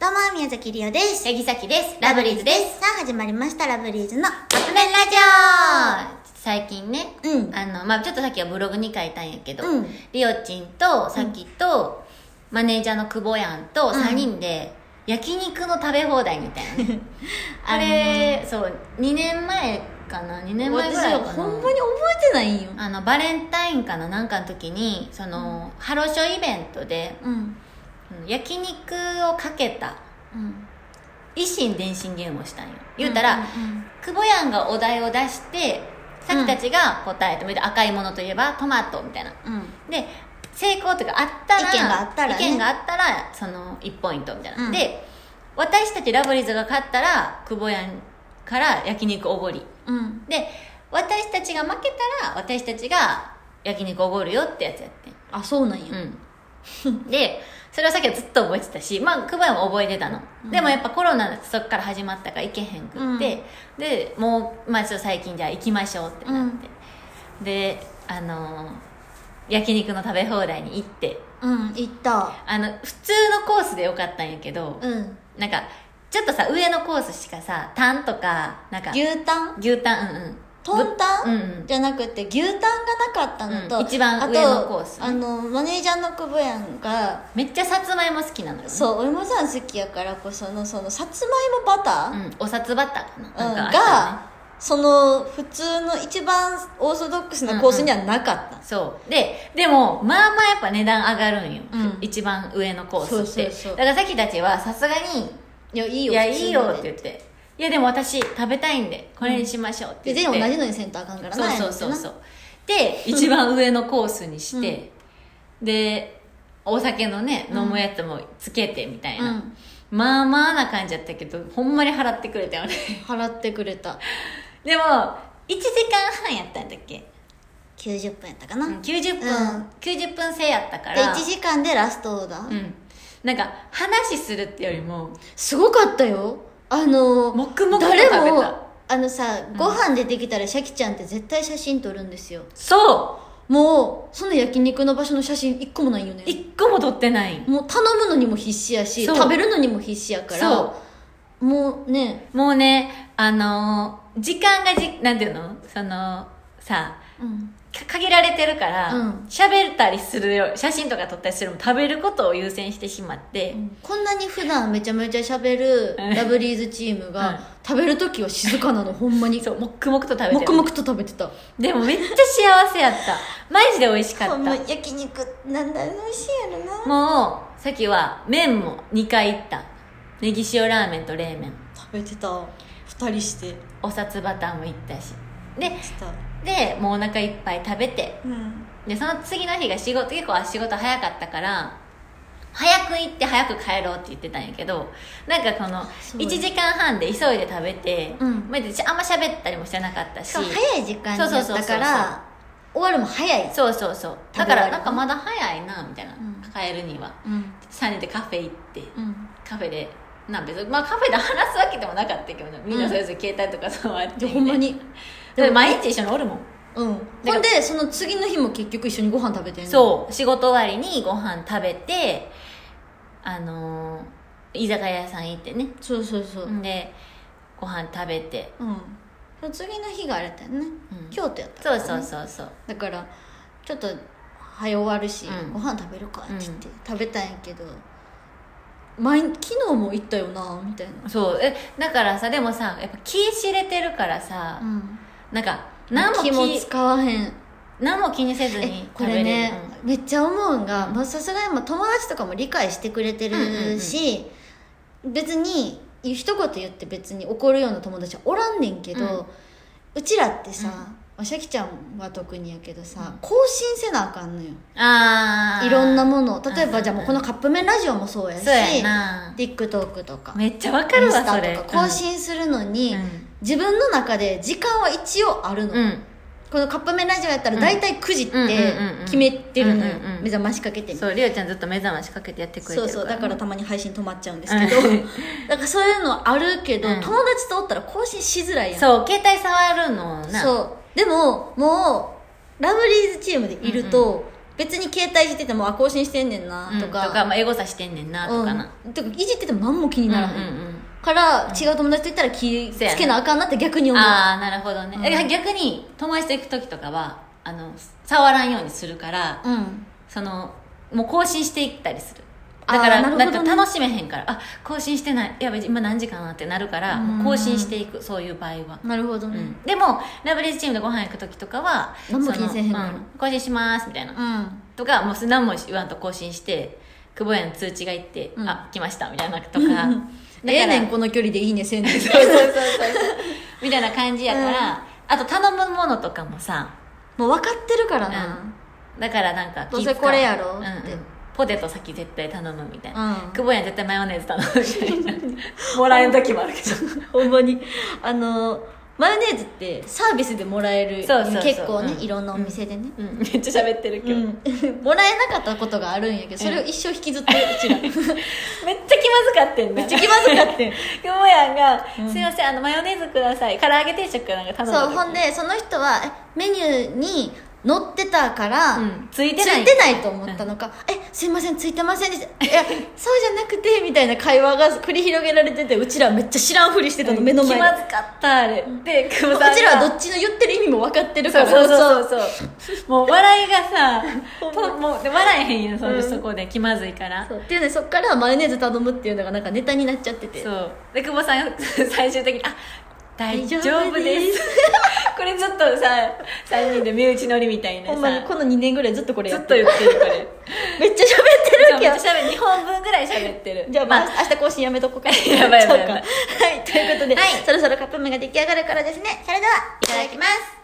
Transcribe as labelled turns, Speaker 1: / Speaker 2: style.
Speaker 1: は宮崎りおです。
Speaker 2: ヤギサキです。ラブリーズです。
Speaker 1: さあ、始まりました、ラブリーズの。
Speaker 2: カップ麺ラジオ最近ね、
Speaker 1: うん
Speaker 2: あの、まあちょっとさっきはブログに書いたんやけど、
Speaker 1: うん
Speaker 2: リオチンとサキと、マネージャーの久保やんと
Speaker 1: ん
Speaker 2: 3人で、焼肉の食べ放題みたい なね。あれ、そう、2年前かな、2年前ぐらいかな。
Speaker 1: に覚えてないんよ。
Speaker 2: あの、バレンタインかな、なんかの時に、その、ハロショイベントで、
Speaker 1: うん。
Speaker 2: うん焼肉をかけた、
Speaker 1: うん。
Speaker 2: 維新伝心ゲームをしたんよ。言うたら、
Speaker 1: うん
Speaker 2: 久保やんがお題を出してさきたちが答えて、で赤いものといえばトマトみたいな
Speaker 1: うん。
Speaker 2: で成功というかあった
Speaker 1: 意
Speaker 2: ら
Speaker 1: 見があったらね
Speaker 2: 意見があったらその1ポイントみたいな、
Speaker 1: うん
Speaker 2: で私たちラブリーズが勝ったら久保やんから焼肉おごり
Speaker 1: うん。うん。
Speaker 2: で私たちが負けたら私たちが焼肉おごるよってやつやってん
Speaker 1: あ、そうなんや。
Speaker 2: うん、 でそれはさっきはずっと覚えてたし、まあ、久保屋も覚えてたの、でもやっぱコロナそっから始まったから行けへんくって、でもう、まあ、ちょっと最近じゃあ行きましょうってなって、であのー焼肉の食べ放題に行って
Speaker 1: うん、行った。
Speaker 2: あの普通のコースでよかったんやけど、
Speaker 1: うん。
Speaker 2: なんかちょっとさ上のコースしかさタンとかなんか
Speaker 1: 牛タン
Speaker 2: 牛タンうんうん
Speaker 1: トンタン、
Speaker 2: うんうん
Speaker 1: じゃなくて牛タンがなかったのと、
Speaker 2: うん一番上のコース
Speaker 1: あとあのマネージャーの久保やんが、
Speaker 2: めっちゃさつまいも好きなのよね
Speaker 1: そう俺もさん好きやからこそのそのさつまいもバター、
Speaker 2: うん、お札バッターかな,、
Speaker 1: うん
Speaker 2: なんかあったよね
Speaker 1: がその普通の一番オーソドックスなコースにはなかった、
Speaker 2: そうででもまあまあやっぱ値段上がるんよ、
Speaker 1: うん
Speaker 2: 一番上のコースっ
Speaker 1: そ
Speaker 2: て
Speaker 1: うそうそう
Speaker 2: だからさきたちはさすがに
Speaker 1: いやい
Speaker 2: 「
Speaker 1: い
Speaker 2: い
Speaker 1: よ
Speaker 2: や
Speaker 1: 普通の
Speaker 2: いいよ」って言って「いやでも私食べたいんでこれにしましょう」っ
Speaker 1: で
Speaker 2: て言
Speaker 1: 全
Speaker 2: って
Speaker 1: 員同じのにせんとあかんからな
Speaker 2: そうそうそうそううで一番上のコースにして、でお酒のね飲むやつもつけてみたいな、
Speaker 1: うん
Speaker 2: まあまあな感じやったけどほんまに払ってくれたよね
Speaker 1: 払ってくれた
Speaker 2: でも1時間半やったんだっけ、
Speaker 1: 90分やったかな、
Speaker 2: うん、90分、
Speaker 1: うん
Speaker 2: 90分制やったか
Speaker 1: で1
Speaker 2: ら
Speaker 1: 時間でラストオーダー、
Speaker 2: うん、なんか話するってよりも
Speaker 1: すごかったよあの
Speaker 2: 黙々と食べた
Speaker 1: 誰もあのさご飯出てきたらシャキちゃんって絶対写真撮るんですよ
Speaker 2: そ
Speaker 1: もうその焼肉の場所の写真一個もないよね
Speaker 2: う一個も取ってない
Speaker 1: もう頼むのにも必死やし
Speaker 2: そう
Speaker 1: 食べるのにも必死やから
Speaker 2: そ
Speaker 1: もうね
Speaker 2: もうねあのー時間がじなんていうのそのさ
Speaker 1: うん
Speaker 2: か限られてるから
Speaker 1: うん
Speaker 2: 喋、ったりするよ写真とか撮ったりするのも食べることを優先してしまって、
Speaker 1: こんなに普段めちゃめちゃ喋る
Speaker 2: うん
Speaker 1: ラブリーズチーム
Speaker 2: うん
Speaker 1: が食べる時は静かなのほんまに
Speaker 2: そう黙々と食べてる
Speaker 1: 黙々と食べてた
Speaker 2: でもめっちゃ幸せやったマジで美味しかった
Speaker 1: ほん
Speaker 2: も
Speaker 1: ま焼肉なんだ美味しいやろな
Speaker 2: うさっきは麺も2回いったネギ塩ラーメンと冷麺
Speaker 1: 食べてた2人して
Speaker 2: お札バターもいったしで
Speaker 1: した
Speaker 2: でもうお腹いっぱい食べて
Speaker 1: うん
Speaker 2: でその次の日が仕事結構仕事早かったから早く行って早く帰ろうって言ってたんやけどなんかこの
Speaker 1: そう
Speaker 2: 1時間半で急いで食べて、
Speaker 1: うん
Speaker 2: まあであんま喋ったりもしてなかったし
Speaker 1: しかも早い時間だっ
Speaker 2: そうそうそう
Speaker 1: た
Speaker 2: そう
Speaker 1: から終わるも早い
Speaker 2: そうそうそうだ
Speaker 1: 食べ終わ
Speaker 2: から
Speaker 1: り
Speaker 2: なんかまだ早いなみたいな、
Speaker 1: ん
Speaker 2: 帰るには
Speaker 1: うん
Speaker 2: 3人でカフェ行って
Speaker 1: うん
Speaker 2: カフェでなん別に、まあ、カフェで話すわけでもなかったけどみんなそれぞれ携帯とかそうあって、
Speaker 1: でほんまに
Speaker 2: でも毎日一緒におるもん
Speaker 1: うんほんでその次の日も結局一緒にご飯食べてんの
Speaker 2: そう仕事終わりにご飯食べてあのー居酒屋さん行ってね
Speaker 1: そうそうそううん、
Speaker 2: んでご飯食べて
Speaker 1: その次の日があれだよね、
Speaker 2: うん
Speaker 1: 京都やったか
Speaker 2: そ
Speaker 1: ら
Speaker 2: う
Speaker 1: ね
Speaker 2: そうそうそう
Speaker 1: だからちょっと早終わるし、
Speaker 2: うん
Speaker 1: ご飯食べるかって言って食べたんやけど前昨日も行ったよなみたいな
Speaker 2: そうえだからさでもさやっぱ気知れてるからさ、
Speaker 1: うん
Speaker 2: なんか何も気
Speaker 1: 気も使わへん
Speaker 2: 何も気にせず
Speaker 1: え
Speaker 2: に
Speaker 1: こ
Speaker 2: 食べ
Speaker 1: れ
Speaker 2: れる
Speaker 1: ね、めっちゃ思うんがまあさすがにまあ友達とかも理解してくれてるし、別に一言言って別に怒るような友達はおらんねんけど、う
Speaker 2: うん
Speaker 1: ちらってさ、
Speaker 2: うん
Speaker 1: まあシャキちゃんは特にやけどさ、更新せなあかんのよ
Speaker 2: うんああ
Speaker 1: いろんなものを例え
Speaker 2: うんうんう
Speaker 1: ば
Speaker 2: ん
Speaker 1: じゃあもうこのカップ麺ラジオもそうやし
Speaker 2: そうやな
Speaker 1: TikTok とか
Speaker 2: めっちゃわか
Speaker 1: イ
Speaker 2: る
Speaker 1: ン
Speaker 2: わ
Speaker 1: ス
Speaker 2: そ
Speaker 1: タ
Speaker 2: れ
Speaker 1: とか更新するのに、
Speaker 2: うん
Speaker 1: 自分の中で時間は一応あるの、
Speaker 2: うん、うん
Speaker 1: このカップ麺ラジオやったら大体9時っ
Speaker 2: うんうん
Speaker 1: て
Speaker 2: うんうん
Speaker 1: 決めてるのよ
Speaker 2: うんうんうん
Speaker 1: 目覚ましかけてみたいな
Speaker 2: そうりおちゃんずっと目覚ましかけてやってくれ
Speaker 1: そ
Speaker 2: てる
Speaker 1: う
Speaker 2: から
Speaker 1: そうだからたまに配信止まっちゃうんですけど
Speaker 2: うん
Speaker 1: だからそういうのあるけど、
Speaker 2: うん
Speaker 1: 友達とおったら更新しづらいやん
Speaker 2: そう携帯触るのな
Speaker 1: そうでももうラブリーズチームでいると、別に携帯いじっててもあ更新してんねんなとか,、
Speaker 2: とか、まあ、エゴサしてんねんなとかな、
Speaker 1: うんとかいじってても何も気に
Speaker 2: うん、
Speaker 1: な
Speaker 2: うん
Speaker 1: らへん、
Speaker 2: うん
Speaker 1: から違う友達といったら気つ
Speaker 2: そうやね
Speaker 1: けなあかんなって逆に思う
Speaker 2: ああなるほどね、
Speaker 1: うん
Speaker 2: え逆に友達と行く時とかはあの触らんようにするから、
Speaker 1: うん
Speaker 2: そのもう更新していったりする
Speaker 1: あー
Speaker 2: だから
Speaker 1: な
Speaker 2: な、
Speaker 1: るほどね
Speaker 2: んか楽しめへんからあ更新してないやべ今何時かなってなるから
Speaker 1: うん
Speaker 2: 更新していくそういう場合は、
Speaker 1: なるほど
Speaker 2: う
Speaker 1: ね、
Speaker 2: ん、でもラブレージチームでご飯行く時とかは
Speaker 1: 何も気にせえへん
Speaker 2: そ
Speaker 1: の
Speaker 2: の
Speaker 1: やろ
Speaker 2: うん更新しますみたいな、
Speaker 1: うん
Speaker 2: とかもう何も言わんと更新して久保屋の通知がいって、
Speaker 1: うん
Speaker 2: あ来ましたみたいなとかだから
Speaker 1: ええねんこの距離でいいねせんねん
Speaker 2: みたいな感じやから、あと頼むものとかもさ
Speaker 1: もう分かってるからな、
Speaker 2: だからなんか
Speaker 1: どうせ
Speaker 2: 気遣
Speaker 1: これやろ
Speaker 2: うんうん
Speaker 1: って
Speaker 2: ポテト先絶対頼むみたいな、
Speaker 1: うん
Speaker 2: 久保屋絶対マヨネーズ頼むみたいなもらえん時もあるけど
Speaker 1: ほんまにあのマヨネーズってサービスでもらえる
Speaker 2: そうそうそう
Speaker 1: 結構ね、
Speaker 2: うん
Speaker 1: いろんなお店でね、
Speaker 2: うん めっちゃ喋ってる今日、
Speaker 1: うん、 もらえなかったことがあるんやけどそれを一生引きずってうち らめっ
Speaker 2: めっちゃ気まずかってんな
Speaker 1: ちゃ気まずかってん
Speaker 2: 久保屋が、すいませんあのマヨネーズください唐揚げ定食なんか頼んだ
Speaker 1: そう
Speaker 2: 時
Speaker 1: ほんでその人はえメニューに載ってたから、
Speaker 2: うんつい
Speaker 1: つ
Speaker 2: てない
Speaker 1: いてないと思ったのか、えすいませんついてませんでしたいやそうじゃなくてみたいな会話が繰り広げられててうちらめっちゃ知らんふりしてたの目の前
Speaker 2: 気
Speaker 1: で
Speaker 2: まずかったあれで久
Speaker 1: う
Speaker 2: 保さんが
Speaker 1: ちらはどっちの言ってる意味も分かってるから
Speaker 2: そう
Speaker 1: う
Speaker 2: そうそうそうもう笑いが さともうで笑えへんよそ,、
Speaker 1: うん
Speaker 2: そこで気まずいから
Speaker 1: そうっていうねそっからマヨネーズ頼むっていうのがなんかネタになっちゃってて
Speaker 2: そうで久保さん が最終的に「あ大丈
Speaker 1: 大丈
Speaker 2: 夫
Speaker 1: 夫で
Speaker 2: です」 これずっとさ3人で身内乗りみたいな
Speaker 1: ほんまに
Speaker 2: さ
Speaker 1: この2年ぐらいずっとこれ
Speaker 2: ず
Speaker 1: や
Speaker 2: っ
Speaker 1: って
Speaker 2: と言ってるこれ
Speaker 1: めっちゃ喋ってるわけ
Speaker 2: めっ
Speaker 1: よ
Speaker 2: ちゃ喋る2本分ぐらい喋ってる
Speaker 1: じゃあ、まあ、明日更新やめとこうか
Speaker 2: やばいやばい
Speaker 1: ちゃ
Speaker 2: やばい
Speaker 1: うかはいということで、
Speaker 2: はい
Speaker 1: そろそろカップ麺が出来上がるからですねそれではいただきます